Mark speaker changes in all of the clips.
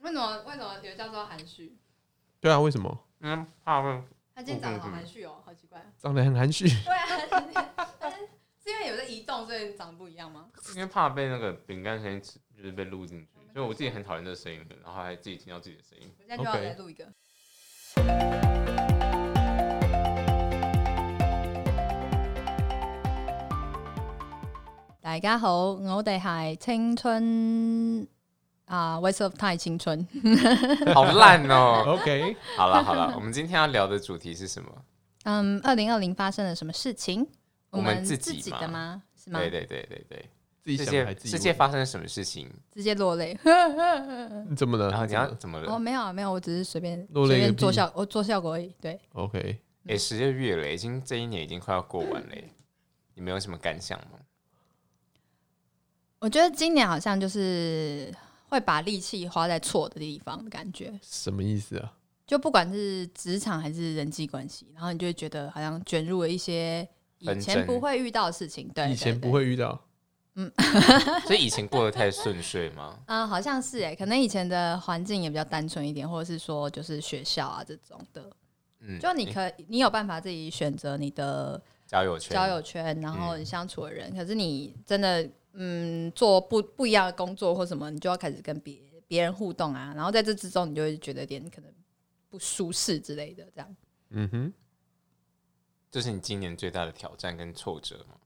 Speaker 1: 为什么为什么刘教授含蓄？
Speaker 2: 对啊，为什么
Speaker 3: 嗯，怕会
Speaker 1: 他今天长得好含蓄哦，好奇怪。
Speaker 2: 长得很 含蓄？
Speaker 1: 对啊，他今天他今天是因为有在移动，所以长得不一样吗？
Speaker 3: 因为怕被那个饼干声音吃，就是被录进
Speaker 1: 哦
Speaker 3: 去，所以我自己很讨厌这个声音的，然后还自己听到自己的声 音。
Speaker 1: 我现在就要
Speaker 2: OK
Speaker 1: 来录一个。大家好，我哋系青春啊、w e s t of Thai 青春。
Speaker 3: 好烂哦！
Speaker 2: OK，
Speaker 3: 好了好了，我们今天要聊的主题是什么？
Speaker 1: 嗯，二零二零发生了什么事情？
Speaker 3: 我们
Speaker 1: 们
Speaker 3: 自己
Speaker 1: 己
Speaker 3: 吗
Speaker 1: 的吗？是吗？
Speaker 3: 对对对对对，
Speaker 2: 自己
Speaker 3: 世
Speaker 2: 想还
Speaker 3: 界
Speaker 2: 自己
Speaker 3: 世
Speaker 2: 问
Speaker 3: 界发生了什么事情？
Speaker 1: 直接落泪。
Speaker 2: 你怎么了？
Speaker 3: 然后你
Speaker 2: 怎么
Speaker 3: 要
Speaker 2: 了
Speaker 3: 怎么
Speaker 1: 哦，
Speaker 3: 了？
Speaker 1: 没有啊，没有，我只是随便
Speaker 2: 落泪
Speaker 1: 随
Speaker 2: 个
Speaker 1: 便做
Speaker 2: 屁
Speaker 1: 效，我做效果而已。对，
Speaker 2: OK，
Speaker 3: 哎，十二月了，已经这一年已经快要过完了，你们有什么感想吗？
Speaker 1: 我觉得今年好像就是会把力气花在错的地方的感觉，
Speaker 2: 什么意思啊？
Speaker 1: 就不管是职场还是人际关系，然后你就会觉得好像卷入了一些以
Speaker 3: 纷
Speaker 1: 前
Speaker 3: 争
Speaker 1: 不会遇到的事情。对，
Speaker 2: 以
Speaker 1: 对
Speaker 2: 前
Speaker 1: 对
Speaker 2: 不会遇到，
Speaker 3: 所以以前过得太顺遂吗？
Speaker 1: 嗯，好像是哎，可能以前的环境也比较单纯一点，或者是说就是学校啊这种的，
Speaker 3: 嗯，
Speaker 1: 就你可你有办法自己选择你的
Speaker 3: 交友圈，
Speaker 1: 交友圈，然后
Speaker 2: 嗯
Speaker 1: 你相处的人，可是你真的嗯做不不一样的工作或什么，你就要开始跟别别人互动啊，然后在这之中你就会觉得有点可能不舒适之类的，这样。
Speaker 2: 嗯哼，
Speaker 3: 这是你今年最大的挑战跟挫折吗？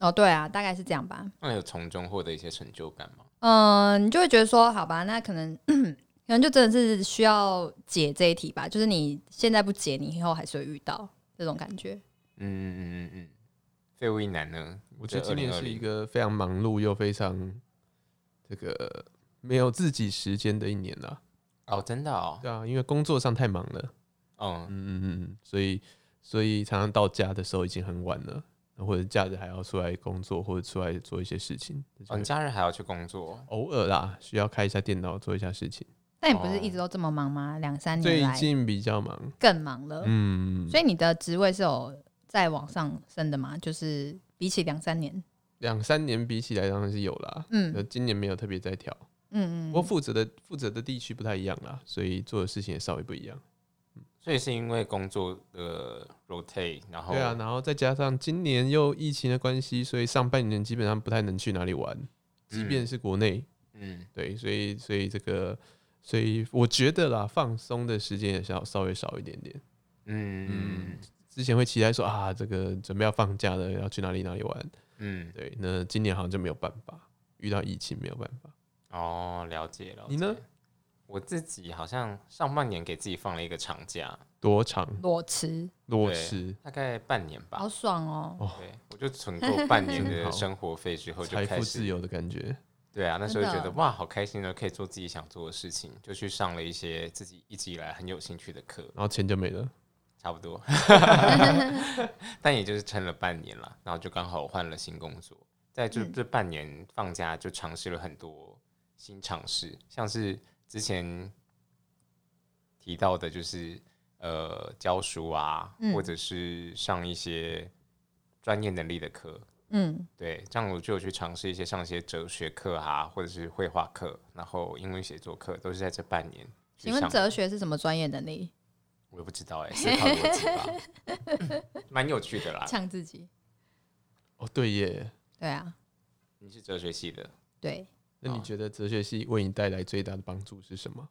Speaker 1: 哦，对啊，大概是这样吧。
Speaker 3: 那你有从中获得一些成就感吗？
Speaker 1: 嗯、你就会觉得说，好吧，那可能 可能就真的是需要解这一题吧，就是你现在不解，你以后还是会遇到这种感觉。
Speaker 3: 嗯嗯嗯嗯嗯。废物一男呢？
Speaker 2: 我觉得
Speaker 3: 这
Speaker 2: 今年是
Speaker 3: 2020
Speaker 2: 一个非常忙碌又非常这个没有自己时间的一年啦。
Speaker 3: 哦，真的哦，
Speaker 2: 对啊，因为工作上太忙了，
Speaker 3: 嗯，
Speaker 2: 嗯嗯嗯嗯，所以所以常常到家的时候已经很晚了，或者假日还要出来工作或者出来做一些事情，
Speaker 3: 哦，你假日还要去工作，
Speaker 2: 偶尔啦需要开一下电脑做一下事情。
Speaker 1: 但你不是一直都这么忙吗？两三年
Speaker 2: 哦最
Speaker 1: 来
Speaker 2: 近比较忙，
Speaker 1: 更忙了。
Speaker 2: 嗯，
Speaker 1: 所以你的职位是有在往上升的吗？就是比起两三年，
Speaker 2: 两三年比起来当然是有啦，
Speaker 1: 嗯
Speaker 2: 呃，今年没有特别在调。
Speaker 1: 嗯
Speaker 2: 不
Speaker 1: 嗯
Speaker 2: 过负责的负责的地区不太一样啦，所以做的事情也稍微不一样。
Speaker 3: 所以是因为工作的 rotate，然后
Speaker 2: 对啊，，然后再加上今年又疫情的关系，所以上半年基本上不太能去哪里玩，即便是国内，
Speaker 3: 嗯，
Speaker 2: 对，所以所以这个，所以我觉得啦，放松的时间也是要稍微少一点点。
Speaker 3: 嗯嗯
Speaker 2: 之前会期待说啊，这个准备要放假了，要去哪里哪里玩，
Speaker 3: 嗯，
Speaker 2: 对，那今年好像就没有办法，遇到疫情没有办法。
Speaker 3: 哦，了解了解。
Speaker 2: 你呢？
Speaker 3: 我自己好像上半年给自己放了一个长假，
Speaker 2: 多长
Speaker 1: 裸辞，
Speaker 2: 落
Speaker 3: 对
Speaker 2: 实，
Speaker 3: 大概半年吧
Speaker 1: 好。爽哦！
Speaker 3: 对，我就存够半年
Speaker 2: 真好
Speaker 3: 的生活费之后就
Speaker 2: 财
Speaker 3: 开
Speaker 2: 富
Speaker 3: 始
Speaker 2: 自由的感觉。
Speaker 3: 对啊，那时候
Speaker 1: 真的
Speaker 3: 觉得哇，好开心哦呢，可以做自己想做的事情，就去上了一些自己一直以来很有兴趣的课，
Speaker 2: 然后钱就没了。
Speaker 3: 差不 多。但也就是撑了半年啦，然后就刚好换了新工作，在这
Speaker 1: 嗯
Speaker 3: 这半年放假就尝试了很多新尝试，像是之前提到的，就是呃教书啊，
Speaker 1: 嗯
Speaker 3: 或者是上一些专业能力的课，
Speaker 2: 哦
Speaker 1: 嗯，
Speaker 3: 对，这样我就有去尝试一些上一些哲学课啊，或者是绘画课，然后英文写作课，都是在这半年去
Speaker 1: 请
Speaker 3: 上的。
Speaker 1: 问哲学是什么专业能力？
Speaker 3: 我也不知道哎、思考逻辑吧， 蛮有趣的啦。
Speaker 2: 啊
Speaker 1: 呛自己，
Speaker 2: 哦，对耶。
Speaker 1: 对啊，
Speaker 3: 你是哲学系的，
Speaker 1: 对，
Speaker 2: 那你
Speaker 3: 哦
Speaker 2: 觉得哲学系为你带来最大的帮助是什么？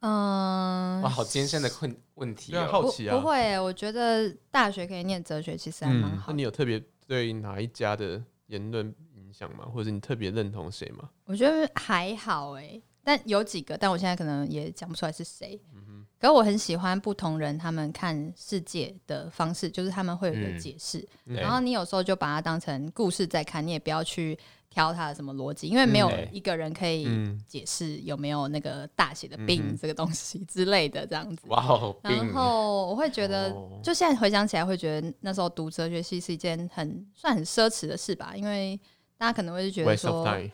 Speaker 1: 嗯
Speaker 3: 哇，，好艰深的困问题
Speaker 2: 对啊
Speaker 3: 哦、
Speaker 2: 好
Speaker 1: 不
Speaker 2: 奇啊
Speaker 1: 不会耶，我觉得大学可以念哲学，其实还啊蛮好的。
Speaker 2: 嗯那你有特别对哪一家的言论影响吗？或者你特别认同谁吗？
Speaker 1: 我觉得还好哎，但有几个，但我现在可能也讲不出来是谁。
Speaker 2: 嗯
Speaker 1: 可是我很喜欢不同人他们看世界的方式，就是他们会有一个
Speaker 3: 嗯
Speaker 1: 解释。
Speaker 2: 嗯
Speaker 3: 对
Speaker 1: 然后你有时候就把它当成故事在看，你也不要去挑它的什么逻辑，因为没有
Speaker 3: 嗯
Speaker 1: 一个人可以
Speaker 2: 嗯，
Speaker 1: 解释有没有那个大写的
Speaker 2: 嗯
Speaker 1: 病
Speaker 2: 哼
Speaker 1: 这个东西 之类的这样子。
Speaker 3: 哇哦，
Speaker 1: 然
Speaker 3: 病
Speaker 1: 后我会觉得，
Speaker 2: 哦
Speaker 1: 就现在回想起来，会觉得那时候读哲学系是一件很算很奢侈的事吧，因为大家可能会觉得
Speaker 2: waste
Speaker 1: 说，
Speaker 2: of time，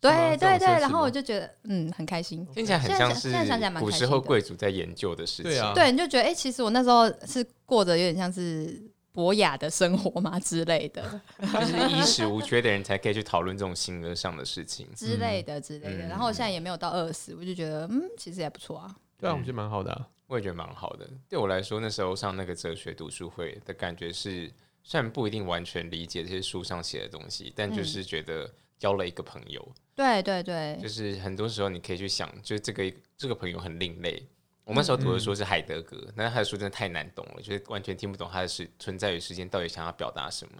Speaker 1: 对对
Speaker 2: 这种奢
Speaker 1: 对，
Speaker 2: 侈吗哦
Speaker 1: 然后我就觉得，嗯，很开心。
Speaker 3: 听起来很
Speaker 1: 现在
Speaker 3: 像
Speaker 1: 现在想起来
Speaker 3: 是
Speaker 1: 蛮
Speaker 3: 古
Speaker 1: 开心
Speaker 3: 时
Speaker 1: 的
Speaker 3: 候贵族在研究的事情。
Speaker 2: 对啊
Speaker 1: 对，你就觉得，哎、其实我那时候是过着有点像是博雅的生活吗之类的、
Speaker 3: 就是衣食无缺的人才可以去讨论这种形而上的事情。
Speaker 1: 之类的之类的。
Speaker 3: 嗯
Speaker 1: 然后我现在也没有到二十，我就觉得嗯，其实也不错啊。
Speaker 2: 对啊，我觉得蛮好的、啊。
Speaker 3: 我也觉得蛮好的。对我来说，那时候上那个哲学读书会的感觉是，虽然不一定完全理解这些书上写的东西，但
Speaker 1: 嗯
Speaker 3: 就是觉得交了一个朋友。
Speaker 1: 对对对
Speaker 3: 就，是很多时候你可以去想，就是这个这个朋友很另类。我那时候
Speaker 1: 嗯
Speaker 3: 读的书是海德格，但是他的书真的太难懂了，就是完全听不懂他的是存在于时间到底想要表达什么。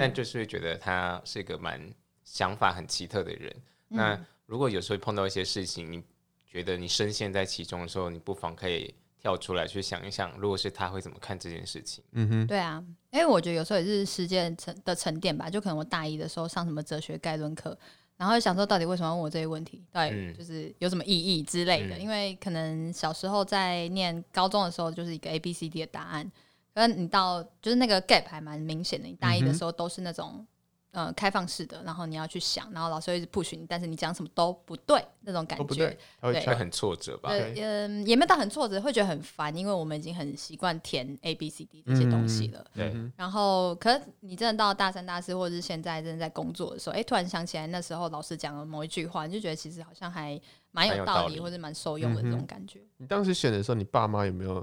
Speaker 3: 但
Speaker 1: 嗯，
Speaker 3: 就是会觉得他是一个蛮想法很奇特的人。
Speaker 1: 嗯
Speaker 3: 那如果有时候碰到一些事情，你觉得你深陷在其中的时候，你不妨可以跳出来去想一想，如果是他会怎么看这件事情。
Speaker 2: 嗯哼，
Speaker 1: 对啊，因为我觉得有时候也是时间沉的沉淀吧，就可能我大一的时候上什么哲学概论课，然后就想说到底为什么要问我这些问题，到底
Speaker 3: 嗯
Speaker 1: 就是有什么意义之类的。
Speaker 3: 嗯
Speaker 1: 因为可能小时候在念高中的时候就是一个 A B C D 的答案，可是你到就是那个 gap 还蛮明显的，你
Speaker 3: 嗯
Speaker 1: 大一的时候都是那种。呃，开放式的，然后你要去想，然后老师会一直 push 你，但是你讲什么都不对那种感
Speaker 2: 都哦不
Speaker 1: 觉，
Speaker 2: 对，他会
Speaker 1: 对
Speaker 3: 会
Speaker 2: 拆。
Speaker 3: 很挫折吧？
Speaker 1: 对，嗯，也没有到很挫折，会觉得很烦，因为我们已经很习惯填 A B C D 这些东西了。
Speaker 3: 对
Speaker 2: 嗯哼
Speaker 1: 然后，可是你真的到大三、大四，或者是现在正在工作的时候，哎、突然想起来那时候老师讲的某一句话，你就觉得其实好像还蛮
Speaker 3: 蛮
Speaker 1: 有
Speaker 3: 有
Speaker 1: 道
Speaker 3: 道
Speaker 1: 理，
Speaker 3: 理
Speaker 1: 或者蛮受用的
Speaker 2: 嗯哼
Speaker 1: 这种感觉。
Speaker 2: 你当时选的时候，你爸妈有没有？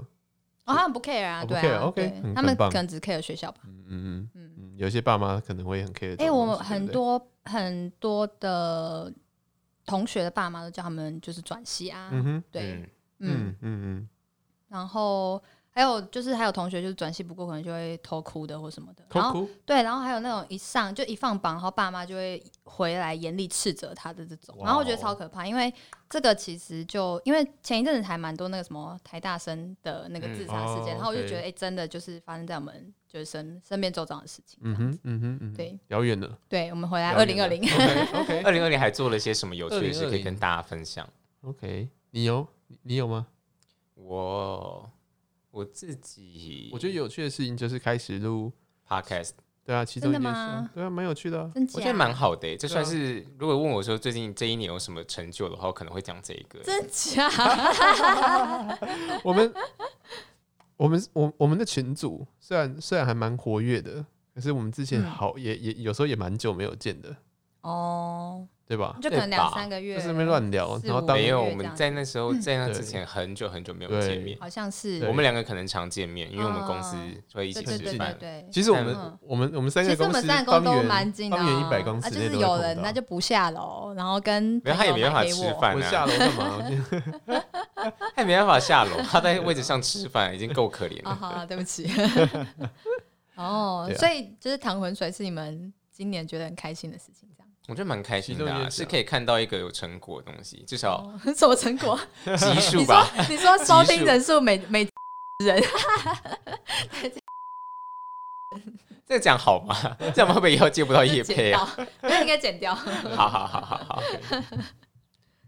Speaker 1: 哦，他们不 care 啊，
Speaker 2: 哦不
Speaker 1: 对
Speaker 2: care，
Speaker 1: 啊
Speaker 2: OK，
Speaker 1: 对
Speaker 2: 很
Speaker 1: 他们
Speaker 2: 很棒
Speaker 1: 可能只 care 学校吧。
Speaker 2: 嗯嗯嗯
Speaker 1: 嗯
Speaker 2: 嗯，有些爸妈可能会很 care 这种东西。
Speaker 1: 哎、我们
Speaker 2: 对不
Speaker 1: 很
Speaker 2: 对，
Speaker 1: 多很多的同学的爸妈都叫他们就是转系啊，
Speaker 2: 嗯哼，
Speaker 1: 对，
Speaker 3: 嗯
Speaker 1: 嗯
Speaker 2: 嗯嗯嗯，
Speaker 1: 然后还有就是还有同学就是转系不过，可能就会偷哭的或什么的。然
Speaker 2: 哭
Speaker 1: 后
Speaker 2: 哭，
Speaker 1: 对，然后还有那种一上就一放榜，然后爸妈就会回来严厉斥责他的这种。然后我觉得
Speaker 2: 哇
Speaker 1: 超
Speaker 2: 哦
Speaker 1: 可怕，因为这个其实就因为前一阵子还蛮多那个什么台大生的那个
Speaker 3: 嗯
Speaker 1: 自杀事件，
Speaker 2: 哦
Speaker 1: 然后我就
Speaker 2: OK
Speaker 1: 觉得哎、诶真的就是发生在我们就是身身边周遭的事情。
Speaker 2: 嗯哼嗯哼嗯哼，
Speaker 1: 对，
Speaker 2: 遥远 了。
Speaker 1: 对，我们回来二
Speaker 3: 了
Speaker 1: 零
Speaker 3: 解
Speaker 1: 二零，
Speaker 2: OK
Speaker 3: 二零二零还做了些什么有趣的事可以
Speaker 2: 2020
Speaker 3: 跟大家分享？
Speaker 2: OK，你有你你有吗？
Speaker 3: 我我自己，
Speaker 2: 我觉得有趣的事情就是开始录，
Speaker 3: podcast
Speaker 2: 对啊，其中一件
Speaker 1: 真
Speaker 2: 事
Speaker 1: 的
Speaker 2: 啊
Speaker 1: 吗，
Speaker 2: 对啊，蛮有趣的啊。
Speaker 1: 真
Speaker 3: 我
Speaker 1: 假
Speaker 3: 觉得蛮好的耶、欸这
Speaker 2: 对啊
Speaker 3: 算是如果问我说最近这一年有什么成就的话，我可能会讲这一个。
Speaker 1: 真假
Speaker 2: 我们 我们我我们的群组虽然虽然还蛮活跃的，可是我们之前
Speaker 1: 嗯
Speaker 2: 好也也有时候也蛮久没有见的，
Speaker 1: 哦，
Speaker 2: 对吧？
Speaker 1: 就可能
Speaker 3: 对
Speaker 1: 两
Speaker 3: 吧
Speaker 1: 三个月，
Speaker 2: 就是在那边乱聊
Speaker 1: 四
Speaker 2: 然后
Speaker 1: 五
Speaker 2: 当嗯
Speaker 1: 个
Speaker 3: 没有，
Speaker 1: 月
Speaker 3: 我
Speaker 1: 这
Speaker 3: 们
Speaker 1: 样
Speaker 3: 在那时候在那之
Speaker 2: 对
Speaker 3: 前很久很久没有
Speaker 2: 对
Speaker 3: 见面，
Speaker 1: 好像是
Speaker 2: 对
Speaker 3: 我们两个可能常见面，因为我们
Speaker 1: 哦
Speaker 3: 公司会一起
Speaker 1: 对对
Speaker 2: 起
Speaker 3: 吃
Speaker 1: 对对
Speaker 3: 饭。
Speaker 1: 对。
Speaker 2: 其实我们、
Speaker 1: 嗯
Speaker 2: 我们我们三
Speaker 1: 其
Speaker 2: 个
Speaker 1: 实我
Speaker 2: 公
Speaker 1: 们
Speaker 2: 司
Speaker 1: 三个
Speaker 2: 方
Speaker 1: 公都
Speaker 2: 圆
Speaker 1: 蛮近的、啊，
Speaker 2: 方圆一百公尺
Speaker 1: 啊，就
Speaker 2: 内
Speaker 1: 是
Speaker 2: 都会
Speaker 1: 有
Speaker 2: 碰
Speaker 1: 人
Speaker 2: 到
Speaker 1: 那就不下楼，然后跟
Speaker 3: 没有，他也
Speaker 1: 朋
Speaker 3: 没
Speaker 1: 友
Speaker 3: 办法
Speaker 1: 买给
Speaker 3: 吃
Speaker 1: 我
Speaker 3: 饭
Speaker 2: 我下
Speaker 3: 啊，
Speaker 2: 楼干嘛？
Speaker 3: 他也没办法下楼，他在位置上吃饭已经够可怜
Speaker 1: 啊，
Speaker 3: 了。
Speaker 1: 好啊，对不起。 哦，
Speaker 2: 对啊
Speaker 1: 所以就是淌浑水是你们今年觉得很开心的事情，这样。
Speaker 3: 我觉得蛮开心的、
Speaker 2: 其中一
Speaker 3: 啊，
Speaker 2: 个
Speaker 3: 是可以看到一个有成果的东西，至少
Speaker 1: 哦， 什么成果？
Speaker 3: 集数
Speaker 1: 你说
Speaker 3: 吧。
Speaker 1: 你说收
Speaker 3: 集
Speaker 1: 听
Speaker 3: 数
Speaker 1: 人数每每
Speaker 3: 这样讲好 吗？这样会不会以后接不到业
Speaker 1: 剪
Speaker 3: 配
Speaker 1: 掉
Speaker 3: 啊？，
Speaker 1: 那应该剪掉，
Speaker 3: 好好好好好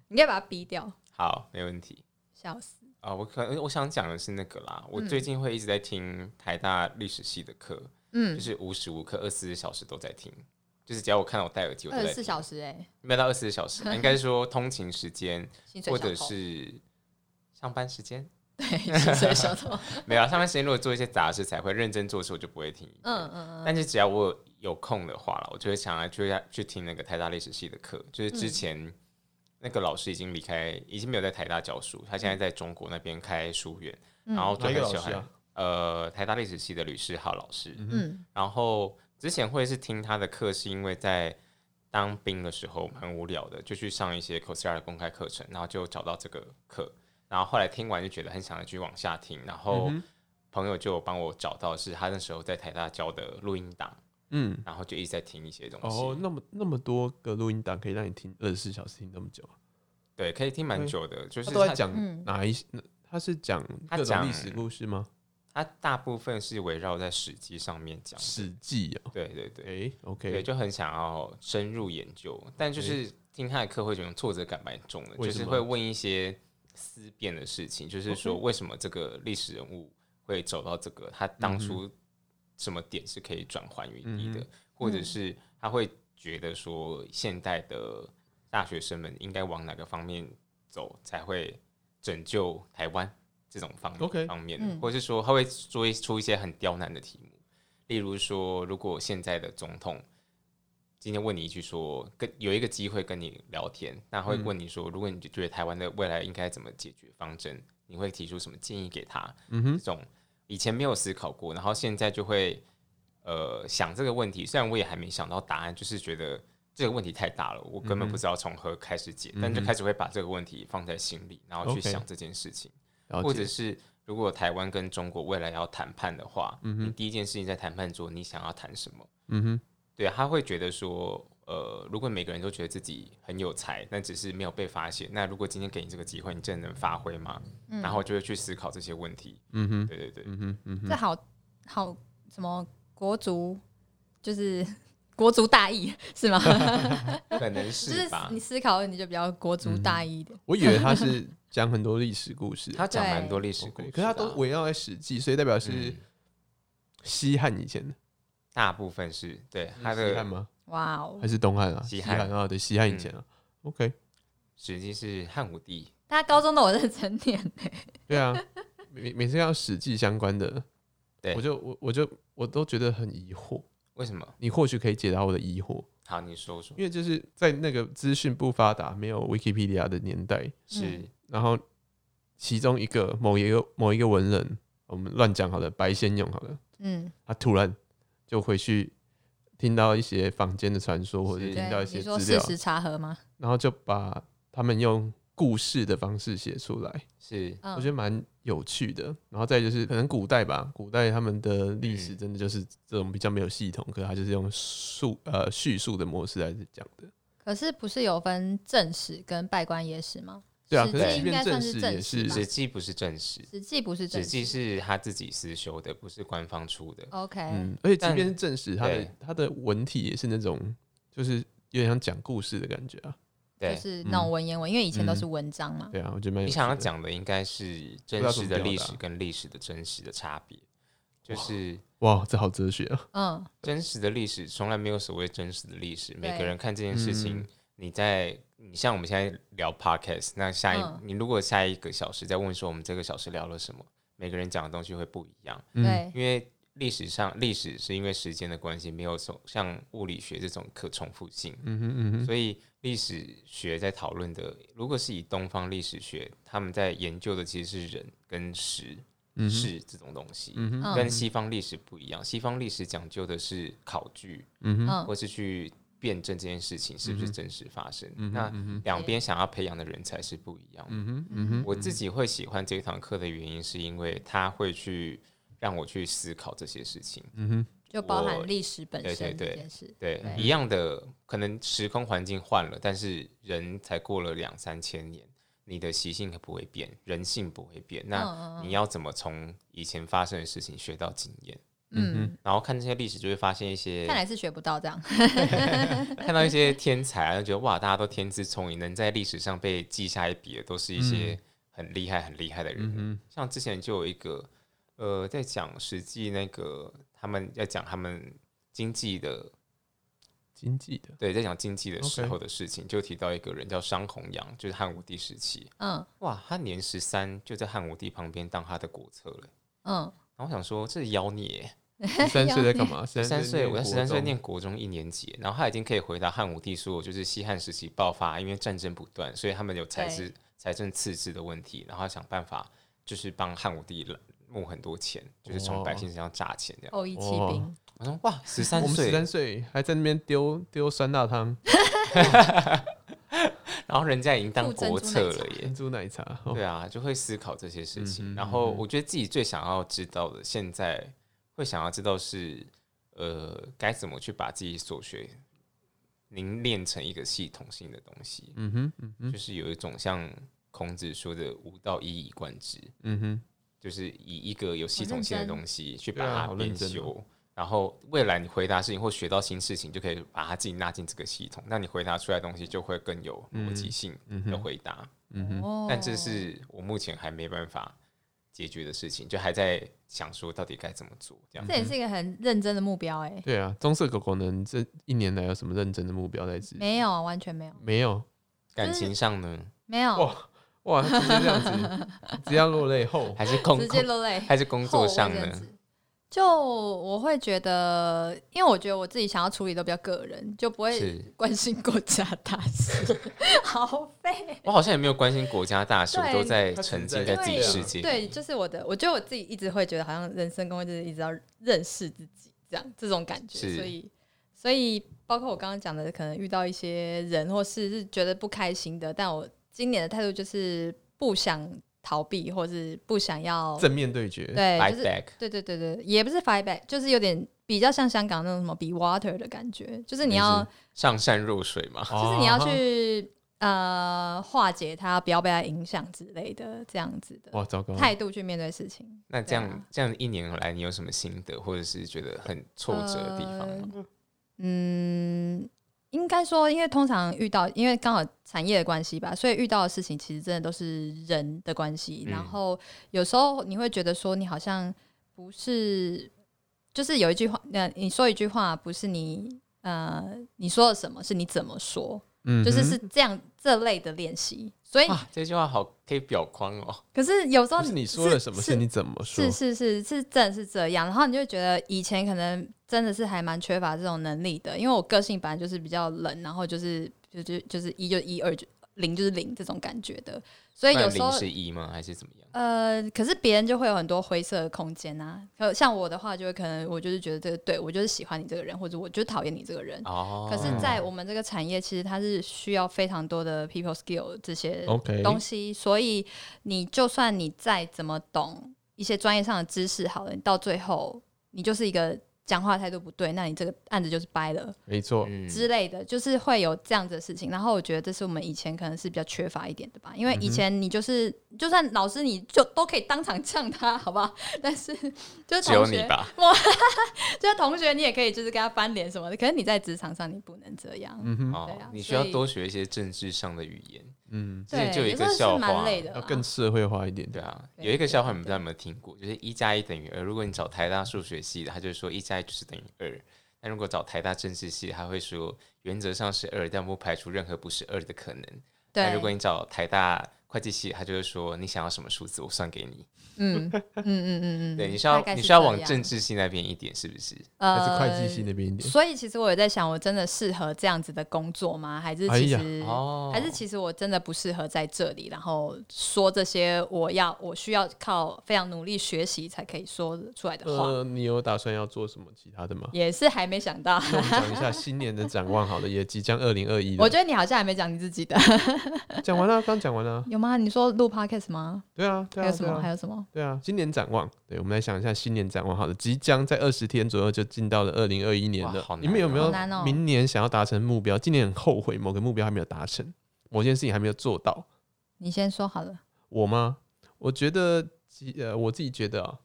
Speaker 1: 你应该把它逼掉，
Speaker 3: 好，没问题。
Speaker 1: 笑死。
Speaker 3: 啊，我可能我想讲的是那个啦，我
Speaker 1: 嗯
Speaker 3: 最近会一直在听台大历史系的课，就
Speaker 1: 嗯，
Speaker 3: 是无时无刻二十四小时都在听，就是只要我看到我戴耳机，我都
Speaker 1: 二
Speaker 3: 在
Speaker 1: 十
Speaker 3: 听。
Speaker 1: 四小时哎，
Speaker 3: 没有到二十四 小时，应该是说通勤时间
Speaker 1: 薪水
Speaker 3: 或
Speaker 1: 小
Speaker 3: 者
Speaker 1: 偷，
Speaker 3: 是上班时间，
Speaker 1: 对，薪水小偷。
Speaker 3: 没有啊上班时间如果做一些杂事才会认真做的时候，我就不会听。
Speaker 1: 嗯
Speaker 3: 嗯，
Speaker 1: 嗯嗯，
Speaker 3: 但是只要我有有空的话啦，我就会想要去去听那个台大历史系的课，就是之
Speaker 1: 嗯
Speaker 3: 前那个老师已经离开，已经没有在台大教书，他现在在中国那边开书院，
Speaker 1: 嗯
Speaker 3: 然后就
Speaker 2: 哪一个
Speaker 3: 很
Speaker 2: 老
Speaker 3: 喜
Speaker 2: 师
Speaker 3: 欢、
Speaker 2: 啊？
Speaker 3: 呃台大历史系的吕世浩老师，
Speaker 1: 嗯
Speaker 3: 然后之前会是听他的课，是因为在当兵的时候蛮无聊的，就去上一些 c o s e r a 的公开课程，然后就找到这个课，然后后来听完就觉得很想要去往下听，然后
Speaker 2: 嗯哼
Speaker 3: 朋友就有帮我找到是他那时候在台大教的录音档，
Speaker 2: 嗯，
Speaker 3: 然后就一直在听一些东西，
Speaker 2: 哦，那么那么多个录音档可以让你听二十四小时听那么久，
Speaker 3: 对，可以听蛮久的，就是
Speaker 2: 他都在
Speaker 3: 他
Speaker 2: 讲
Speaker 1: 嗯
Speaker 2: 哪一些？那他是讲
Speaker 3: 他
Speaker 2: 各种
Speaker 3: 讲
Speaker 2: 历史故事吗？
Speaker 3: 他大部分是围绕在《史记》上面讲
Speaker 2: 《
Speaker 3: 的，
Speaker 2: 史记》哦，
Speaker 3: 对对对。
Speaker 2: 哎
Speaker 3: 对，
Speaker 2: ，OK，嗯
Speaker 3: 就很想要深入研究，但就是听他的课会觉得挫折感蛮重的，
Speaker 2: 为
Speaker 3: 就
Speaker 2: 什
Speaker 3: 是
Speaker 2: 么嗯
Speaker 3: 会问一些思辨的事情，就是说
Speaker 2: OK
Speaker 3: 为什么这个历史人物会走到这个，他当初什么点是可以转换于一的，
Speaker 2: 嗯
Speaker 3: 或者是他会觉得说现代的大学生们应该往哪个方面走才会拯救台湾这种方面
Speaker 2: OK
Speaker 3: 方面，
Speaker 1: 嗯
Speaker 3: 或者是说他会做一出一些很刁难的题目。例如说，如果现在的总统今天问你一句说，跟有一个机会跟你聊天，那会问你说，如果你觉得台湾的未来应该怎么解决方针，你会提出什么建议给他？
Speaker 2: 嗯
Speaker 3: 这
Speaker 2: 哼，
Speaker 3: 种以前没有思考过，然后现在就会呃想这个问题。虽然我也还没想到答案，就是觉得这个问题太大了，我
Speaker 2: 嗯
Speaker 3: 根本不知道从何开始解，但就
Speaker 2: 嗯哼
Speaker 3: 开始会把这个问题放在心里，然后去
Speaker 2: OK
Speaker 3: 想这件事情。
Speaker 2: 了
Speaker 3: 或者
Speaker 2: 解，
Speaker 3: 是如果台湾跟中国未来要谈判的话，你第一件事情在谈判桌，你想要谈什么？
Speaker 2: 嗯哼，
Speaker 3: 对，啊他会觉得说，呃，如果每个人都觉得自己很有才，但只是没有被发现，那如果今天给你这个机会，你真的能发挥吗？
Speaker 1: 嗯
Speaker 3: 然后就会去思考这些问题。
Speaker 2: 嗯哼，
Speaker 3: 对 对对，
Speaker 2: 嗯哼，嗯
Speaker 1: 这
Speaker 2: 哼，
Speaker 1: 好好什么国足，就是 国足大义 是吗？
Speaker 3: 可能
Speaker 1: 就是
Speaker 3: 是吧
Speaker 1: 你。思考问题就比较国足大义一点。
Speaker 2: 我以为他是讲很多历史故事，
Speaker 3: 他讲
Speaker 1: 对
Speaker 3: 蛮多历史故
Speaker 2: OK，
Speaker 3: 事
Speaker 2: 可
Speaker 3: 的
Speaker 2: 是
Speaker 3: 啊，
Speaker 2: 他都围绕在《史记》，所以代表是
Speaker 3: 嗯
Speaker 2: 西汉以前的，
Speaker 3: 大部分是对他
Speaker 2: 是西汉
Speaker 3: 的
Speaker 2: 吗？
Speaker 1: 哇哦
Speaker 2: 还！是东汉啊？
Speaker 3: 西
Speaker 2: 西
Speaker 3: 汉
Speaker 2: 汉啊，对，西汉以前啊。OK，
Speaker 3: 实际是汉武帝，
Speaker 1: 大家高中的我认真念呢、
Speaker 2: 对啊，每每次看到《史记》相关的，
Speaker 3: 对
Speaker 2: 我就我我就我都觉得很疑惑。
Speaker 3: 为什么？
Speaker 2: 你或许可以解答我的疑惑，
Speaker 3: 好，你说说，
Speaker 1: 嗯
Speaker 2: 因为就是在那个资讯不发达、没有 Wikipedia 的年代，
Speaker 3: 是
Speaker 2: 然后其中一个某一个某一个文人，我们乱讲好了，白先勇好了，
Speaker 1: 嗯，
Speaker 2: 他突然就回去听到一些坊间的传说，或者
Speaker 3: 是
Speaker 2: 听
Speaker 1: 对
Speaker 2: 到一，些
Speaker 1: 你说
Speaker 2: 资
Speaker 1: 事
Speaker 2: 料，
Speaker 1: 实查核吗？
Speaker 2: 然后就把他们用故事的方式写出来，
Speaker 3: 是，
Speaker 1: 嗯，
Speaker 2: 我觉得蛮有趣的。然后再就是可能古代吧，古代他们的历
Speaker 1: 嗯
Speaker 2: 史真的就是这种比较没有系统，可是他就是用述呃叙述的模式来讲的。
Speaker 1: 可是不是有分正史跟拜官野史吗？
Speaker 2: 对啊，
Speaker 1: 史
Speaker 2: 可
Speaker 1: 记
Speaker 2: 是即
Speaker 1: 应该算
Speaker 2: 便正
Speaker 1: 是
Speaker 2: 史
Speaker 1: 正
Speaker 2: 也
Speaker 1: 史
Speaker 2: 是
Speaker 1: 吧
Speaker 3: 史记不是正史，
Speaker 1: 史记不是正
Speaker 3: 史
Speaker 1: 史
Speaker 3: 记是他自己私修的，不是官方出的。
Speaker 1: OK，、
Speaker 2: 嗯，而且即
Speaker 3: 哎但
Speaker 2: 便是正史，它的
Speaker 3: 对
Speaker 2: 它的文体也是那种，就是有点像讲故事的感觉啊。
Speaker 1: 就
Speaker 3: 对，
Speaker 1: 是那种文言文，因为以前都
Speaker 2: 嗯
Speaker 1: 是文章嘛。
Speaker 2: 对啊，我觉得蛮有
Speaker 3: 你想要
Speaker 2: 趣的，
Speaker 3: 讲的应该是
Speaker 2: 不知
Speaker 3: 真
Speaker 2: 道怎
Speaker 3: 实
Speaker 2: 么
Speaker 3: 的
Speaker 2: 表
Speaker 3: 历
Speaker 2: 达
Speaker 3: 史跟历史的真实的差别，就是
Speaker 2: 哇，这好哲学啊！
Speaker 1: 嗯，
Speaker 3: 真实的历史从来没有所谓真实的历史，每个
Speaker 1: 对
Speaker 3: 人看这件事情
Speaker 2: 嗯，
Speaker 3: 你在你像我们现在聊 podcast，那下一
Speaker 1: 嗯
Speaker 3: 你如果下一个小时再问说我们这个小时聊了什么，每个人讲的东西会不一样，
Speaker 2: 嗯，
Speaker 1: 对，
Speaker 3: 因为历史上历史是因为时间的关系，没有所像物理学这种可重复性，
Speaker 2: 嗯哼嗯哼，
Speaker 3: 所以历史学在讨论的，如果是以东方历史学，他们在研究的其实是人跟时
Speaker 2: 嗯哼
Speaker 3: 事这种东西，
Speaker 2: 嗯哼
Speaker 3: 跟
Speaker 1: 嗯
Speaker 3: 西方历史不一样。西方历史讲究的是考据，
Speaker 2: 嗯哼
Speaker 1: 嗯
Speaker 3: 或是去辩证这件事情是不是真实发生。
Speaker 2: 嗯哼
Speaker 3: 那
Speaker 2: 嗯哼
Speaker 3: 两边想要培养的人才是不一样的。
Speaker 2: 嗯哼嗯哼，
Speaker 3: 我自己会喜欢这堂课的原因，是因为他会去让我去思考这些事情。
Speaker 2: 嗯哼
Speaker 1: 就包
Speaker 3: 我
Speaker 1: 含历史本
Speaker 3: 对
Speaker 1: 身
Speaker 3: 对
Speaker 1: 这
Speaker 3: 对
Speaker 1: 件事。
Speaker 3: 对，
Speaker 1: 对
Speaker 3: 一样的，可能时空环境换了，但是人才过了两三千年，你的习性可不会变，人性不会变。那
Speaker 1: 嗯嗯
Speaker 3: 你要怎么从以前发生的事情学到经验？
Speaker 1: 嗯，
Speaker 3: 然后看这些历史，就会发现一
Speaker 1: 嗯，
Speaker 3: 些
Speaker 1: 看来是学不到这样。
Speaker 3: 看到一些天才啊，就觉得哇，大家都天资聪颖，能在历史上被记下一笔的，都是一
Speaker 1: 嗯
Speaker 3: 些很厉害、很厉害的人。
Speaker 2: 嗯哼
Speaker 3: 像之前就有一个，呃，在讲《史记》那个，他们要讲他们经济的
Speaker 2: 经济的，
Speaker 3: 对，在讲经济的时
Speaker 2: OK
Speaker 3: 候的事情就提到一个人叫商弘羊，就是汉武帝时期。
Speaker 1: 嗯
Speaker 3: 哇，他年十三就在汉武帝旁边当他的国策了。
Speaker 1: 嗯，
Speaker 3: 然后我想说，这是妖孽
Speaker 2: 十 三岁在干嘛？
Speaker 3: 欸！
Speaker 2: 十
Speaker 3: 十三岁，我在
Speaker 2: 在
Speaker 3: 十三岁念国中一年级，然后他已经可以回答汉武帝说，就是西汉时期爆发，因为战争不断，所以他们有财
Speaker 1: 对
Speaker 3: 政财政赤字的问题，然后他想办法就是帮汉武帝募很多钱，就是
Speaker 2: 哦
Speaker 3: 从百姓身上榨钱这样。
Speaker 1: 后羿骑
Speaker 2: 哇
Speaker 1: 兵，
Speaker 3: 我说哇，十三
Speaker 2: 我们十
Speaker 3: 岁，
Speaker 2: 三岁还在那边丢丢酸辣汤、
Speaker 3: 然后人家已经当
Speaker 1: 附珍
Speaker 3: 国
Speaker 1: 珠奶
Speaker 3: 策了
Speaker 1: 茶
Speaker 3: 耶
Speaker 2: 珍。珠奶茶，哦
Speaker 3: 对啊，就会思考这些事情。
Speaker 2: 嗯哼
Speaker 3: 然后
Speaker 2: 嗯哼
Speaker 3: 我觉得自己最想要知道的，现在会想要知道是，呃，该怎么去把自己所学凝练成一个系统性的东西，
Speaker 2: 嗯哼嗯哼
Speaker 3: 就是有一种像孔子说的“吾道一以贯之
Speaker 2: 嗯哼”，
Speaker 3: 就是以一个有系统性的东西去
Speaker 2: 对
Speaker 3: 把
Speaker 2: 啊
Speaker 3: 它
Speaker 2: 好
Speaker 3: 编
Speaker 2: 认真哦
Speaker 3: 修。然后未来你回答事情或学到新事情，就可以把它自己纳进这个系统，那你回答出来的东西就会更有逻辑性
Speaker 2: 嗯
Speaker 3: 的
Speaker 2: 哼
Speaker 3: 回答。
Speaker 2: 嗯哼，
Speaker 1: 哦
Speaker 3: 但这是我目前还没办法解决的事情，就还在想说到底该怎么做这样。
Speaker 1: 这也是一个很认真的目标哎、
Speaker 2: 对啊，棕色狗狗呢，这一年来有什么认真的目标在执行？
Speaker 1: 没有，完全没有，
Speaker 2: 没有
Speaker 3: 感情上呢，
Speaker 1: 没有，
Speaker 2: 哇哇， 直接这样子，直接要落泪后。
Speaker 3: 还是工
Speaker 1: 直接落泪。
Speaker 3: 还是工作
Speaker 1: 后
Speaker 3: 上
Speaker 1: 卫这样
Speaker 3: 呢
Speaker 1: 子？就我会觉得，因为我觉得我自己想要处理都比较个人，就不会
Speaker 3: 是
Speaker 1: 关心国家大事， 好废。哦
Speaker 3: 我好像也没有关心国家大事，
Speaker 1: 对
Speaker 3: 我都在沉浸在
Speaker 1: 他
Speaker 3: 自
Speaker 1: 只
Speaker 3: 己
Speaker 1: 在
Speaker 3: 世界。
Speaker 1: 对，啊就是我的，我觉得我自己一直会觉得，好像人生中就是一直要认识自己，这样这种感觉。
Speaker 3: 是
Speaker 1: 所以，所以包括我刚刚讲的，可能遇到一些人或事是觉得不开心的，但我今年的态度就是不想逃避，或是不想要
Speaker 2: 正面对决，
Speaker 1: 对，
Speaker 3: ，fight
Speaker 1: 就是
Speaker 3: back，
Speaker 1: 对对对对，也不是 fight back，就是有点比较像香港那种什么 be water 的感觉，就是你要，
Speaker 3: 上善若水嘛。
Speaker 1: 就是你要
Speaker 2: 啊。
Speaker 1: 去、呃化解它，不要被它影响之类的，这样子的
Speaker 2: 哇，糟糕！
Speaker 1: 态度去面对事情。
Speaker 3: 那这样、
Speaker 1: 对啊
Speaker 3: 这样一年来，你有什么心得，或者是觉得很挫折的地方吗？
Speaker 1: 呃嗯，应该说，因为通常遇到，因为刚好产业的关系吧，所以遇到的事情其实真的都是人的关系。
Speaker 3: 嗯
Speaker 1: 然后有时候你会觉得说，你好像不是，就是有一句话，呃，你说一句话，不是你呃你说了什么，是你怎么说，
Speaker 2: 嗯哼，
Speaker 1: 就是是这样这类的练习。所以，
Speaker 3: 啊，这句话好可以表框哦。
Speaker 1: 可是有时候
Speaker 2: 不是你说了什么，是你怎么说
Speaker 1: 是？是是是，真的是这样。然后你就会觉得以前可能真的是还蛮缺乏这种能力的，因为我个性本来就是比较冷，然后就是就就就是一就一，二就零就是零这种感觉的，所以
Speaker 3: 那
Speaker 1: 有时候
Speaker 3: 零是一吗？还是怎么样？
Speaker 1: 呃，可是别人就会有很多灰色的空间啊。可像我的话，就会可能我就是觉得这个对我就是喜欢你这个人，或者我就是讨厌你这个人。
Speaker 3: 哦，
Speaker 1: 可是，在我们这个产业，其实它是需要非常多的 people skill 这些
Speaker 2: OK
Speaker 1: 东西，所以你就算你再怎么懂一些专业上的知识，好了，你到最后你就是一个讲话态度不对，那你这个案子就是掰了
Speaker 2: 没错，
Speaker 3: 嗯
Speaker 1: 之类的，就是会有这样子的事情。然后我觉得这是我们以前可能是比较缺乏一点的吧，因为
Speaker 3: 嗯
Speaker 1: 以前你就是、就算老师你就都可以当场呛他，好不好？但是 就是
Speaker 3: 只有
Speaker 1: 同
Speaker 3: 你
Speaker 1: 学，
Speaker 3: 吧？
Speaker 1: 就是同学，你也可以就是跟他翻脸什么的。可是你在职场上你不能这样，
Speaker 2: 嗯哼，
Speaker 3: 哦
Speaker 1: 对啊，
Speaker 3: 你需
Speaker 1: 所
Speaker 3: 要
Speaker 1: 以
Speaker 3: 多学一些政治上的语言。
Speaker 2: 嗯，
Speaker 3: 之前
Speaker 1: 对，
Speaker 3: 就有一
Speaker 1: 时
Speaker 3: 个
Speaker 1: 候
Speaker 3: 笑
Speaker 1: 是
Speaker 3: 话
Speaker 1: 蛮累的
Speaker 2: 要
Speaker 1: 啦，
Speaker 2: 更社会化一点。
Speaker 3: 对啊，
Speaker 1: 对
Speaker 3: 有一个
Speaker 1: 对
Speaker 3: 笑话你
Speaker 1: 对
Speaker 3: 们不知道有没有听过，就是一加一等于二。如果你找台大数学系的，他就说一加一就是等于二；但如果找台大政治系，他会说原则上是二，但不排除任何不是二的可能。但
Speaker 1: 对，
Speaker 3: 如果你找台大会计系，他就会说你想要什么数字，我算给你。
Speaker 1: 嗯嗯嗯嗯嗯，
Speaker 3: 对，你
Speaker 1: 嗯
Speaker 3: 需要
Speaker 1: 大概
Speaker 3: 你
Speaker 1: 是
Speaker 3: 需要
Speaker 1: 这
Speaker 3: 往
Speaker 1: 样
Speaker 3: 政治系那边一点，是不是？
Speaker 2: 还是会
Speaker 1: 呃
Speaker 2: 计系那边一点，
Speaker 1: 所以其实我有在想，我真的适合这样子的工作吗？还是
Speaker 2: 哎
Speaker 1: 其
Speaker 2: 呀
Speaker 1: 实、嗯
Speaker 3: 哦，
Speaker 1: 还是其实我真的不适合在这里，然后说这些我要我需要靠非常努力学习才可以说出来的话，
Speaker 2: 呃，你有打算要做什么其他 的吗？
Speaker 1: 也是还没想到。
Speaker 2: 那我们讲一下新年的展望，好了，也即将二零二一
Speaker 1: 我
Speaker 2: 了。
Speaker 1: 觉得你好像还没讲你自己的，
Speaker 2: 讲完了，刚讲完了。
Speaker 1: 有吗？你说录 podcast 吗？
Speaker 2: 对啊，对
Speaker 1: 还
Speaker 2: 啊，
Speaker 1: 有什
Speaker 2: 对
Speaker 1: 么？还
Speaker 2: 啊，
Speaker 1: 有什么？
Speaker 2: 对啊。新年展望，对，我们来想一下新年展望。好了，即将在二十天左右就进到了二零二一年
Speaker 3: 哇
Speaker 2: 了
Speaker 3: 好。难
Speaker 2: 你们有没
Speaker 1: 好
Speaker 2: 有
Speaker 1: 难哦
Speaker 2: 明年想要达成目标？今年很后悔某个目标还没有达成，某件事情还没有做到。
Speaker 1: 你先说好了。
Speaker 2: 我吗？我觉得其，呃，我自己觉得啊，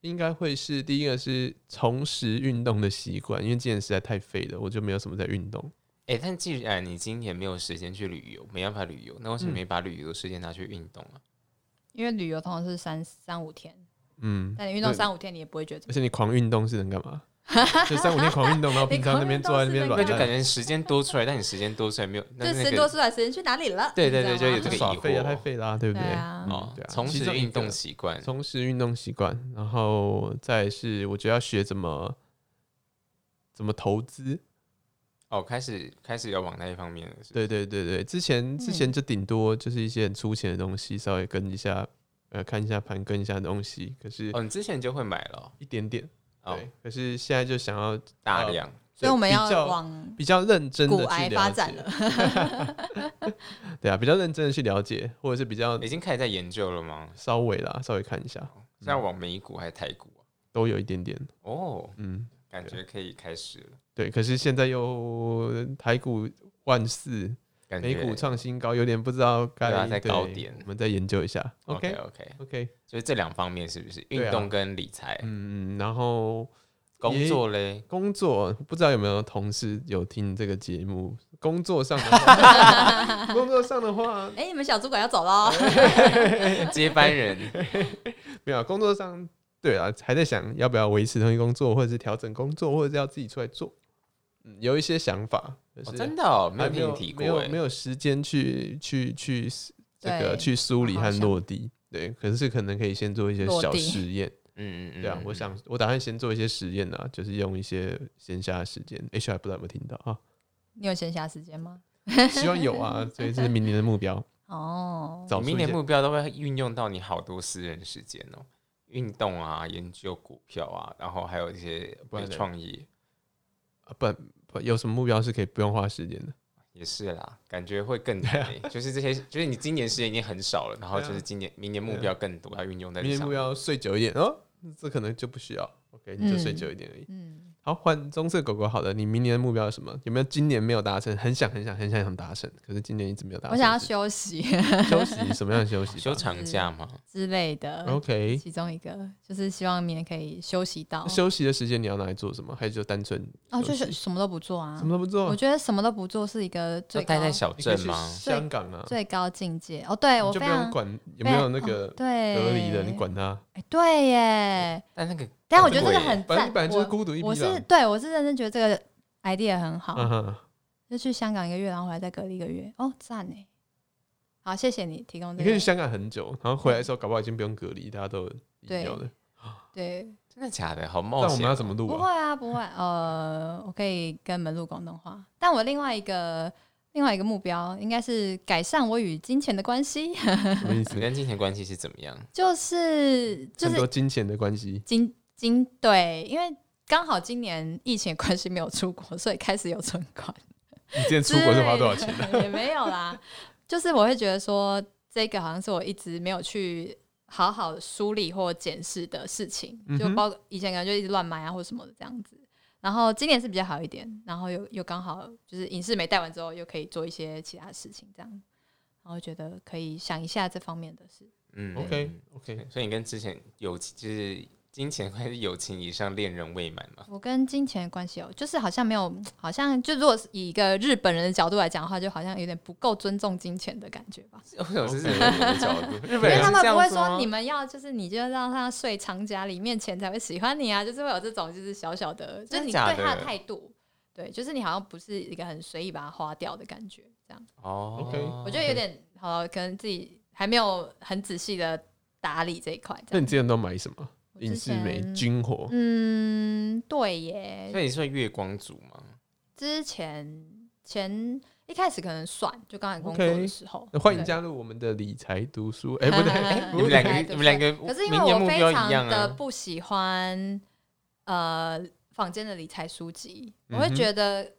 Speaker 2: 应该会是第一个是重拾运动的习惯，因为今年实在太废了，我就没有什么在运动。
Speaker 3: 哎、但既然你今年没有时间去旅游，没办法旅游，那为什么
Speaker 2: 嗯
Speaker 3: 没把旅游的时间拿去运动啊？
Speaker 1: 因为旅游通常是三三五天，
Speaker 2: 嗯，
Speaker 1: 但你运动
Speaker 2: 对
Speaker 1: 三五天，你也不会觉得怎么
Speaker 2: 而且你狂运动是能干嘛？就三五天狂运动，然后平常那边坐在那边
Speaker 1: 你
Speaker 2: 软
Speaker 1: 狂
Speaker 3: 那
Speaker 1: 运
Speaker 2: 烂，
Speaker 1: 动
Speaker 3: 就感觉时间多出来，但你时间多出来没有，那
Speaker 1: 这
Speaker 3: 那
Speaker 1: 十
Speaker 3: 个
Speaker 1: 多出来时间去哪里了？
Speaker 3: 对
Speaker 1: 你
Speaker 3: 对
Speaker 1: 知
Speaker 3: 对
Speaker 1: 道
Speaker 3: 就有
Speaker 1: 吗
Speaker 3: 这个
Speaker 2: 耍废啊，
Speaker 3: 疑惑
Speaker 2: 太废啦、对不对？
Speaker 1: 对啊
Speaker 2: 嗯
Speaker 3: 哦
Speaker 2: 对，啊，
Speaker 3: 重
Speaker 2: 其
Speaker 3: 拾
Speaker 2: 中一
Speaker 3: 运动
Speaker 2: 个
Speaker 3: 习惯，
Speaker 2: 重拾运动习惯，然后再是我觉得要学怎么怎么投资，
Speaker 3: 哦，开始开始要往那一方面了，是不是
Speaker 2: 对对对对，之前之
Speaker 1: 嗯
Speaker 2: 前就顶多就是一些很粗浅的东西，稍微跟一下，呃，看一下盘，跟一下东西，可是
Speaker 3: 哦，你之前就会买了
Speaker 2: 一点点。
Speaker 3: 哦，哦
Speaker 2: 对，呃可是现在就想要
Speaker 3: 大量，
Speaker 1: 所以我们
Speaker 2: 比
Speaker 1: 要
Speaker 2: 较
Speaker 1: 往
Speaker 2: 比较认真
Speaker 1: 骨
Speaker 2: 的去
Speaker 1: 癌
Speaker 2: 了
Speaker 1: 发展
Speaker 2: 解，
Speaker 1: 了。
Speaker 2: 对啊，比较认真的去了解，或者是比较
Speaker 3: 已经开始在研究了吗？
Speaker 2: 稍微啦，稍微看一下，
Speaker 3: 是要往美股还是台股啊、
Speaker 2: 都有一点点，
Speaker 3: 哦，
Speaker 2: 嗯，
Speaker 3: 感觉可以开始了，
Speaker 2: 对。可是现在又台股万四，
Speaker 3: 感觉
Speaker 2: 美股创新高，有点不知道该
Speaker 3: 对啊在
Speaker 2: 对
Speaker 3: 高点
Speaker 2: 我们再研究一下。
Speaker 3: OK
Speaker 2: OK
Speaker 3: OK，
Speaker 2: OK，
Speaker 3: 就是这两方面是不是？
Speaker 2: 对啊
Speaker 3: 运动跟理财，
Speaker 2: 嗯，然后
Speaker 3: 工作嘞，
Speaker 2: 工作不知道有没有同事有听这个节目？工作上的话，工作上的话
Speaker 1: 哎、你们小主管要走 了，
Speaker 3: 接班人，
Speaker 2: 没有，啊工作上对啊，还在想要不要维持同一工作，或者是调整工作，或者是要自己出来做。嗯，有一些想法，可
Speaker 3: 哦
Speaker 2: 是
Speaker 3: 真的哦，
Speaker 2: 还
Speaker 3: 没有
Speaker 2: 没
Speaker 3: 听
Speaker 2: 有
Speaker 3: 你提
Speaker 2: 没
Speaker 3: 过
Speaker 2: 有没
Speaker 3: 哎，
Speaker 2: 有时间去去去这个
Speaker 1: 对
Speaker 2: 去梳理
Speaker 1: 好好
Speaker 2: 和
Speaker 1: 想
Speaker 2: 落地。对，可是可能可以先做一些
Speaker 1: 落
Speaker 2: 小
Speaker 1: 地
Speaker 2: 实验，
Speaker 3: 嗯嗯，
Speaker 2: 对啊，我想我打算先做一些实验啊，就是用一些闲暇的时间，HR 不知道有没有听到啊，
Speaker 1: 你有闲暇时间吗？
Speaker 2: 希望 有啊，所以这是明年的目标。
Speaker 1: 哦，
Speaker 2: 找
Speaker 3: 你
Speaker 2: 出一
Speaker 3: 明年
Speaker 2: 些
Speaker 3: 目标都会运用到你好多私人时间哦，运动啊，研究股票啊，然后还有一些
Speaker 2: 不然嘞
Speaker 3: 创业
Speaker 2: 啊不然不有什么目标是可以不用花时间的？
Speaker 3: 也是啦，感觉会更 难欸、就是这些，就是你今年时间已经很少了，然后
Speaker 2: 对啊
Speaker 3: 就是今年明年目
Speaker 2: 对啊
Speaker 3: 标更多要运用在
Speaker 2: 明
Speaker 3: 这
Speaker 2: 年
Speaker 3: 上
Speaker 2: 目
Speaker 3: 面。
Speaker 2: 标睡久一点哦，这可能就不需要。OK，你就睡
Speaker 1: 嗯
Speaker 2: 久一点而已。
Speaker 1: 嗯，
Speaker 2: 好，换棕色狗狗。好的，你明年的目标是什么？有没有今年没有达成？很想很想很想想达成，可是今年一直没有达成。
Speaker 1: 我想要休息
Speaker 2: 休息，什么样的休息吧？
Speaker 3: 休长假嘛，
Speaker 1: 之类的。
Speaker 2: OK，
Speaker 1: 其中一个就是希望明年可以休息到，
Speaker 2: 休息的时间你要拿来做什么？还是就单纯
Speaker 1: 哦，就是
Speaker 2: 休息
Speaker 1: 什么都不做啊
Speaker 2: 什。么都不
Speaker 1: 我
Speaker 2: 做？
Speaker 1: 觉得什么都不做是一个
Speaker 3: 要
Speaker 1: 最
Speaker 3: 待
Speaker 1: 高
Speaker 3: 在小
Speaker 2: 你可以
Speaker 3: 镇
Speaker 2: 去
Speaker 3: 吗？
Speaker 2: 香港啊，
Speaker 1: 最高境界。哦，对我
Speaker 2: 嗯你就
Speaker 1: 非
Speaker 2: 不用
Speaker 1: 常
Speaker 2: 管有
Speaker 1: 非
Speaker 2: 没有
Speaker 1: 常
Speaker 2: 那
Speaker 1: 哦
Speaker 2: 个
Speaker 1: 对
Speaker 2: 隔离的，你管他。
Speaker 1: 哎对耶。
Speaker 3: 但那个，
Speaker 1: 但我觉得这
Speaker 3: 贵
Speaker 1: 个
Speaker 3: 耶
Speaker 1: 很
Speaker 2: 本来
Speaker 1: 赞
Speaker 2: 你，本来就
Speaker 1: 我
Speaker 2: 是孤独一
Speaker 1: 我
Speaker 2: 匹
Speaker 1: 是哦
Speaker 2: 狼。
Speaker 1: 对我是认真觉得这个 idea 很好，
Speaker 2: 嗯哼，
Speaker 1: 就去香港一个月，然后回来再隔离一个月，哦，赞呢。好，谢谢你提供
Speaker 2: 你
Speaker 1: 这
Speaker 2: 可以去
Speaker 1: 个。
Speaker 2: 香港很久，然后回来的时候搞不好已经不用隔离，大家都有疫苗了。
Speaker 1: 对，
Speaker 3: 真的假的？好
Speaker 2: 但
Speaker 3: 冒
Speaker 2: 我们
Speaker 3: 险
Speaker 2: 要
Speaker 3: 哦！
Speaker 2: 怎么录
Speaker 1: 不
Speaker 2: 啊？
Speaker 1: 会啊，不会。呃，我可以跟门录广东话，但我另外一个另外一个目标应该是改善我与金钱的关系，
Speaker 2: 什么意思
Speaker 3: 你？跟金钱关系是怎么样？
Speaker 1: 就是就
Speaker 2: 很多
Speaker 1: 是
Speaker 2: 金钱的关系。
Speaker 1: 金金对，因为刚好今年疫情的关系没有出国，所以开始有存款。
Speaker 2: 你之前出国是花多少钱？
Speaker 1: 的？也没有啦，就是我会觉得说，这个好像是我一直没有去好好梳理或检视的事情，
Speaker 2: 嗯
Speaker 1: 就
Speaker 2: 哼
Speaker 1: 包以前可能就一直乱买啊或什么的这样子。然后今年是比较好一点，然后又又刚好就是影视没带完之后，又可以做一些其他事情这样，然后觉得可以想一下这方面的事。
Speaker 3: 嗯
Speaker 2: OK OK，
Speaker 3: 所以你跟之前友情就是金钱还是友情以上恋人未 满嘛？
Speaker 1: 我跟金钱的关系哦，就是好像没有，好像就如果是以一个日本人的角度来讲的话，就好像有点不够尊重金钱的感觉吧。
Speaker 3: 为什么是 日本人的角度？日
Speaker 1: 因
Speaker 3: 本
Speaker 1: 为
Speaker 3: 人
Speaker 1: 他
Speaker 3: 是
Speaker 1: 们
Speaker 3: 这
Speaker 1: 不会
Speaker 3: 样
Speaker 1: 说
Speaker 3: 吗
Speaker 1: 你？们要，就是你就让他睡长夹里面钱才会喜欢你啊， 就是会有这种就是小小的，就是你
Speaker 3: 真的假
Speaker 1: 对
Speaker 3: 的
Speaker 1: 他的态度，对，就是你好像不是一个很随意把它花掉的感觉，这样
Speaker 3: 哦
Speaker 2: OK
Speaker 1: 我觉得有点好，可能自己还没有很仔细的打理这一块。这
Speaker 2: 那
Speaker 1: 样
Speaker 2: 你之前都买什么？
Speaker 1: 我之
Speaker 2: 影视美、
Speaker 1: 前
Speaker 2: 军火，
Speaker 1: 嗯，对耶，
Speaker 3: 所以你算月光族吗？
Speaker 1: 之前前一开始可能算，就刚才工作的
Speaker 2: OK
Speaker 1: 时候，
Speaker 2: 那欢迎
Speaker 1: 对
Speaker 2: 加入我们的理财读 书。哎，不对，哎
Speaker 3: 你
Speaker 2: 不
Speaker 3: 们
Speaker 2: 对
Speaker 3: 两个，
Speaker 1: 嗯对
Speaker 3: 你们两个，
Speaker 1: 可是因为
Speaker 3: 明年
Speaker 1: 我
Speaker 3: 目
Speaker 1: 非
Speaker 3: 标一样
Speaker 1: 常的
Speaker 3: 啊。
Speaker 1: 不喜欢、呃坊间的理财书籍，我会
Speaker 2: 嗯哼
Speaker 1: 觉得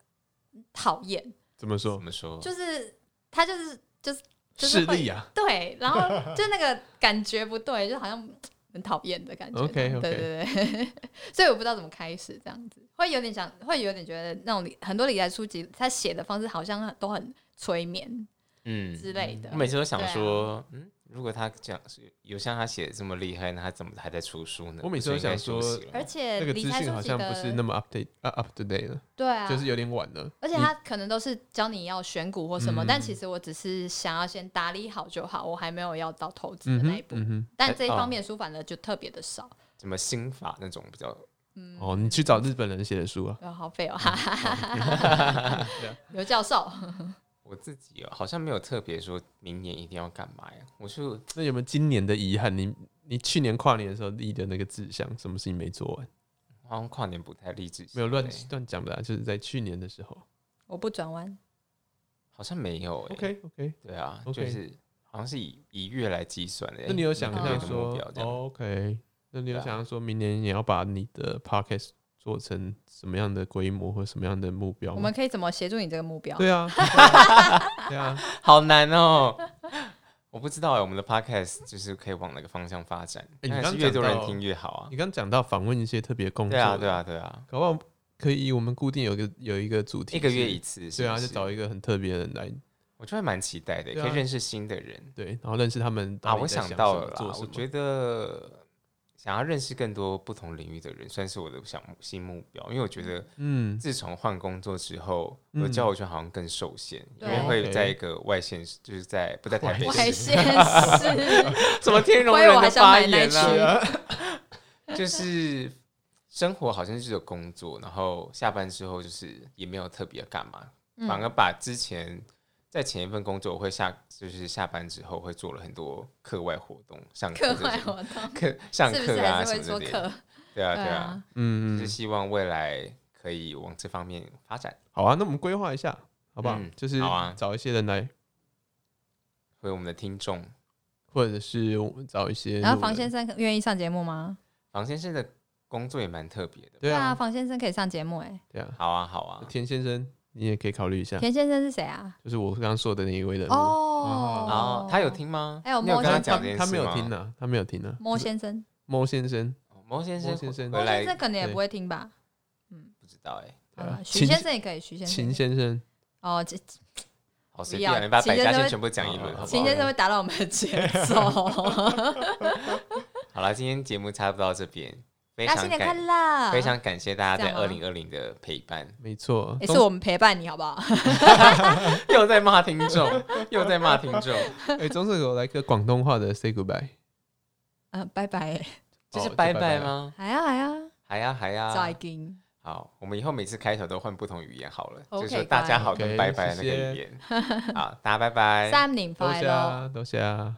Speaker 1: 讨厌，
Speaker 2: 怎么
Speaker 3: 怎
Speaker 2: 说？
Speaker 3: 么说？
Speaker 1: 就是它就是就是就是
Speaker 2: 哦势
Speaker 1: 会
Speaker 2: 力啊，
Speaker 1: 对，然后就那个感觉不对，就好像很讨厌的感觉。
Speaker 2: OK，OK
Speaker 1: 对对对， 所以我不知道怎么开始，这样子会有点想，会有点觉得那种理很多理财书籍，他写的方式好像都很催眠
Speaker 3: 嗯
Speaker 1: 之类的。
Speaker 3: 我每次都
Speaker 1: 对
Speaker 3: 想
Speaker 1: 啊
Speaker 3: 说，嗯，如果他这样有像他写的这么厉害，那他怎么还在出书呢？
Speaker 2: 我每次都想说
Speaker 3: 所以应该休息了
Speaker 1: 而且
Speaker 2: 那个
Speaker 1: 理
Speaker 2: 资
Speaker 1: 财
Speaker 2: 讯
Speaker 1: 书
Speaker 2: 好
Speaker 1: 籍
Speaker 2: 像
Speaker 1: 的
Speaker 2: 不是那么 update 啊 up to date 了，
Speaker 1: 对啊，
Speaker 2: 就是有点晚了。
Speaker 1: 而且
Speaker 2: 你
Speaker 1: 他可能都是教你要选股或什么，
Speaker 2: 嗯
Speaker 1: 但其实我只是想要先打理好就好，我还没有要到投资
Speaker 2: 嗯
Speaker 1: 的那一
Speaker 2: 哼
Speaker 1: 步。
Speaker 2: 嗯哼，
Speaker 1: 但这一
Speaker 3: 哎哦
Speaker 1: 方面书反而就特别的少，
Speaker 3: 什么心法那种比较，
Speaker 1: 嗯，
Speaker 2: 哦，你去找日本人写的书啊，
Speaker 1: 对啊，好废哦，
Speaker 3: 嗯
Speaker 1: 哈哈 哈
Speaker 2: 对啊
Speaker 1: 哈。刘教授，
Speaker 3: 我自己哦好像没有特别说明年一定要干嘛呀。我就
Speaker 2: 那有没有今年的遗憾？你你去年跨年的时候立的那个志向，什么事情没做完？
Speaker 3: 好像跨年不太励志，欸
Speaker 2: 没有乱
Speaker 3: 对
Speaker 2: 乱讲的啊，就是在去年的时候。
Speaker 1: 我不转弯，
Speaker 3: 好像没有欸
Speaker 2: OK OK，
Speaker 3: 对啊
Speaker 2: OK
Speaker 3: 就是好像是以以月来计算的。欸
Speaker 2: 那你有想
Speaker 3: 每个月
Speaker 2: 象
Speaker 3: 的目
Speaker 2: 说哦
Speaker 3: 标这样？
Speaker 2: OK？那你有
Speaker 3: 对啊
Speaker 2: 想象说明年你要把你的 podcast 做成什么样的规模或什么样的目标
Speaker 1: 我
Speaker 2: 吗
Speaker 1: 们？可以怎么协助你这个目标？
Speaker 2: 对 啊，对啊，
Speaker 3: 好难哦。我不知道哎，我们的 podcast 就是可以往哪个方向发展，
Speaker 2: 欸你
Speaker 3: 当然
Speaker 2: 刚
Speaker 3: 是越多
Speaker 2: 讲
Speaker 3: 人
Speaker 2: 到
Speaker 3: 听越好啊。
Speaker 2: 你刚讲到访问一些特别工作，
Speaker 3: 对啊，对，啊，对啊，
Speaker 2: 搞不好可以我们固定有一个有一个主题是，
Speaker 3: 一个月一次，
Speaker 2: 对啊，就找
Speaker 3: 一，
Speaker 2: 一个很特别的人来，
Speaker 3: 我就会蛮期待的，
Speaker 2: 对啊
Speaker 3: 可以认识新的人
Speaker 2: 对，然后认识他们
Speaker 3: 啊。
Speaker 2: 到底
Speaker 3: 我
Speaker 2: 在
Speaker 3: 想
Speaker 2: 什么
Speaker 3: 到了
Speaker 2: 做
Speaker 3: 啦，
Speaker 2: 什
Speaker 3: 我
Speaker 2: 么
Speaker 3: 觉得想要认识更多不同领域的人，算是我的想新目标，因为我觉得
Speaker 2: 嗯，
Speaker 3: 自从换工作之后，我
Speaker 2: 嗯
Speaker 3: 的交友圈好像更受限，因
Speaker 1: 对
Speaker 3: 为会
Speaker 2: OK
Speaker 3: 在一个外县市，就是在不在台北
Speaker 1: 我还
Speaker 3: 市，
Speaker 1: 先 是
Speaker 3: 什么天龙
Speaker 1: 关于我
Speaker 3: 人
Speaker 1: 还
Speaker 3: 的
Speaker 1: 想
Speaker 3: 发
Speaker 1: 买那
Speaker 3: 言
Speaker 1: 区
Speaker 3: 啊， 就是生活好像就是有工作，然后下班之后就是也没有特别干嘛，
Speaker 1: 嗯
Speaker 3: 反而把之前在前一份工作，我会下就是下班之后会做了很多课外活动，上课
Speaker 1: 嗯课
Speaker 3: 这
Speaker 1: 外
Speaker 3: 些
Speaker 1: 活动
Speaker 3: 课上
Speaker 1: 是不是
Speaker 3: 课啊
Speaker 1: 还是
Speaker 3: 什
Speaker 1: 会
Speaker 3: 么之
Speaker 1: 做
Speaker 3: 类
Speaker 1: 课
Speaker 3: 的，？对啊
Speaker 1: 对
Speaker 3: 对啊，就
Speaker 2: 嗯
Speaker 3: 是，希望未来可以往这方面发展，
Speaker 2: 好啊，那我们规划一下，好不好？
Speaker 3: 嗯
Speaker 2: 就是
Speaker 3: 好啊
Speaker 2: 找一些人来，
Speaker 3: 为我们的听众。
Speaker 2: 或者是我们找一些。
Speaker 1: 然后房先，生愿意上节目吗？
Speaker 3: 房先生的工作也蛮特别的，
Speaker 2: 对
Speaker 1: 啊，
Speaker 2: 啊，
Speaker 1: 房先生可以上节目哎。
Speaker 2: 对啊，
Speaker 3: 好啊好啊，
Speaker 2: 田先生，你也可以考虑一下，
Speaker 1: 田先生是谁啊？
Speaker 2: 就是我刚刚说的那一位人物。
Speaker 1: 哦，
Speaker 3: 然后他有听吗？
Speaker 1: 还有
Speaker 3: 你有
Speaker 1: 莫
Speaker 3: 跟他
Speaker 1: 先
Speaker 3: 讲
Speaker 1: 生
Speaker 3: 这件事
Speaker 2: 他没有
Speaker 3: 吗
Speaker 2: 听呢、他没有听呢、
Speaker 1: 莫先生，
Speaker 2: 莫先生，
Speaker 3: 哦摩先
Speaker 2: 莫
Speaker 3: 生
Speaker 2: 先生
Speaker 1: 莫
Speaker 3: 回
Speaker 1: 先
Speaker 3: 来
Speaker 1: 生可能也
Speaker 2: 对
Speaker 1: 不会听吧。
Speaker 3: 不知道哎，
Speaker 2: 对
Speaker 1: 好
Speaker 2: 啊
Speaker 1: 吧，许
Speaker 2: 秦
Speaker 1: 先生也可以，许先生
Speaker 2: 秦
Speaker 1: 也可以。
Speaker 2: 先生，
Speaker 1: 哦，这
Speaker 3: 好随
Speaker 1: 不要
Speaker 3: 便啊，你把
Speaker 1: 秦
Speaker 3: 百
Speaker 1: 先
Speaker 3: 家
Speaker 1: 生
Speaker 3: 姓
Speaker 1: 会
Speaker 3: 全部讲一轮，好不
Speaker 1: 秦
Speaker 3: 好
Speaker 1: 先生会打扰我们的节奏。
Speaker 3: 好了，今天节目差不多到这边， 非
Speaker 1: 大
Speaker 3: 常
Speaker 1: 家新年快
Speaker 3: 感
Speaker 1: 乐！
Speaker 3: 非常感谢大家
Speaker 1: 这
Speaker 3: 在
Speaker 1: 样吗
Speaker 3: 二零二零的陪伴，
Speaker 2: 没错，
Speaker 1: 也
Speaker 2: 中
Speaker 1: 是我们陪伴你，好不好？
Speaker 3: 又在骂听众，又在骂听众，
Speaker 2: 哎，中社狗来个广东话的 say goodbye，
Speaker 1: 嗯，拜 拜。
Speaker 3: 这是
Speaker 2: 哦
Speaker 3: 拜拜？吗？
Speaker 1: 还啊还啊，
Speaker 3: 还呀还
Speaker 1: 再
Speaker 3: 呀，
Speaker 1: 见。
Speaker 3: 好，我们以后每次开头都换不同语言好了，就
Speaker 1: OK，
Speaker 3: 是说大家好
Speaker 2: fine
Speaker 3: 跟拜拜的那
Speaker 2: OK，
Speaker 3: 个
Speaker 2: 谢谢
Speaker 3: 语言，好，大家拜 拜，
Speaker 1: 三年
Speaker 2: 多
Speaker 1: 快
Speaker 2: 谢
Speaker 1: 乐。
Speaker 2: 啊，多谢啊。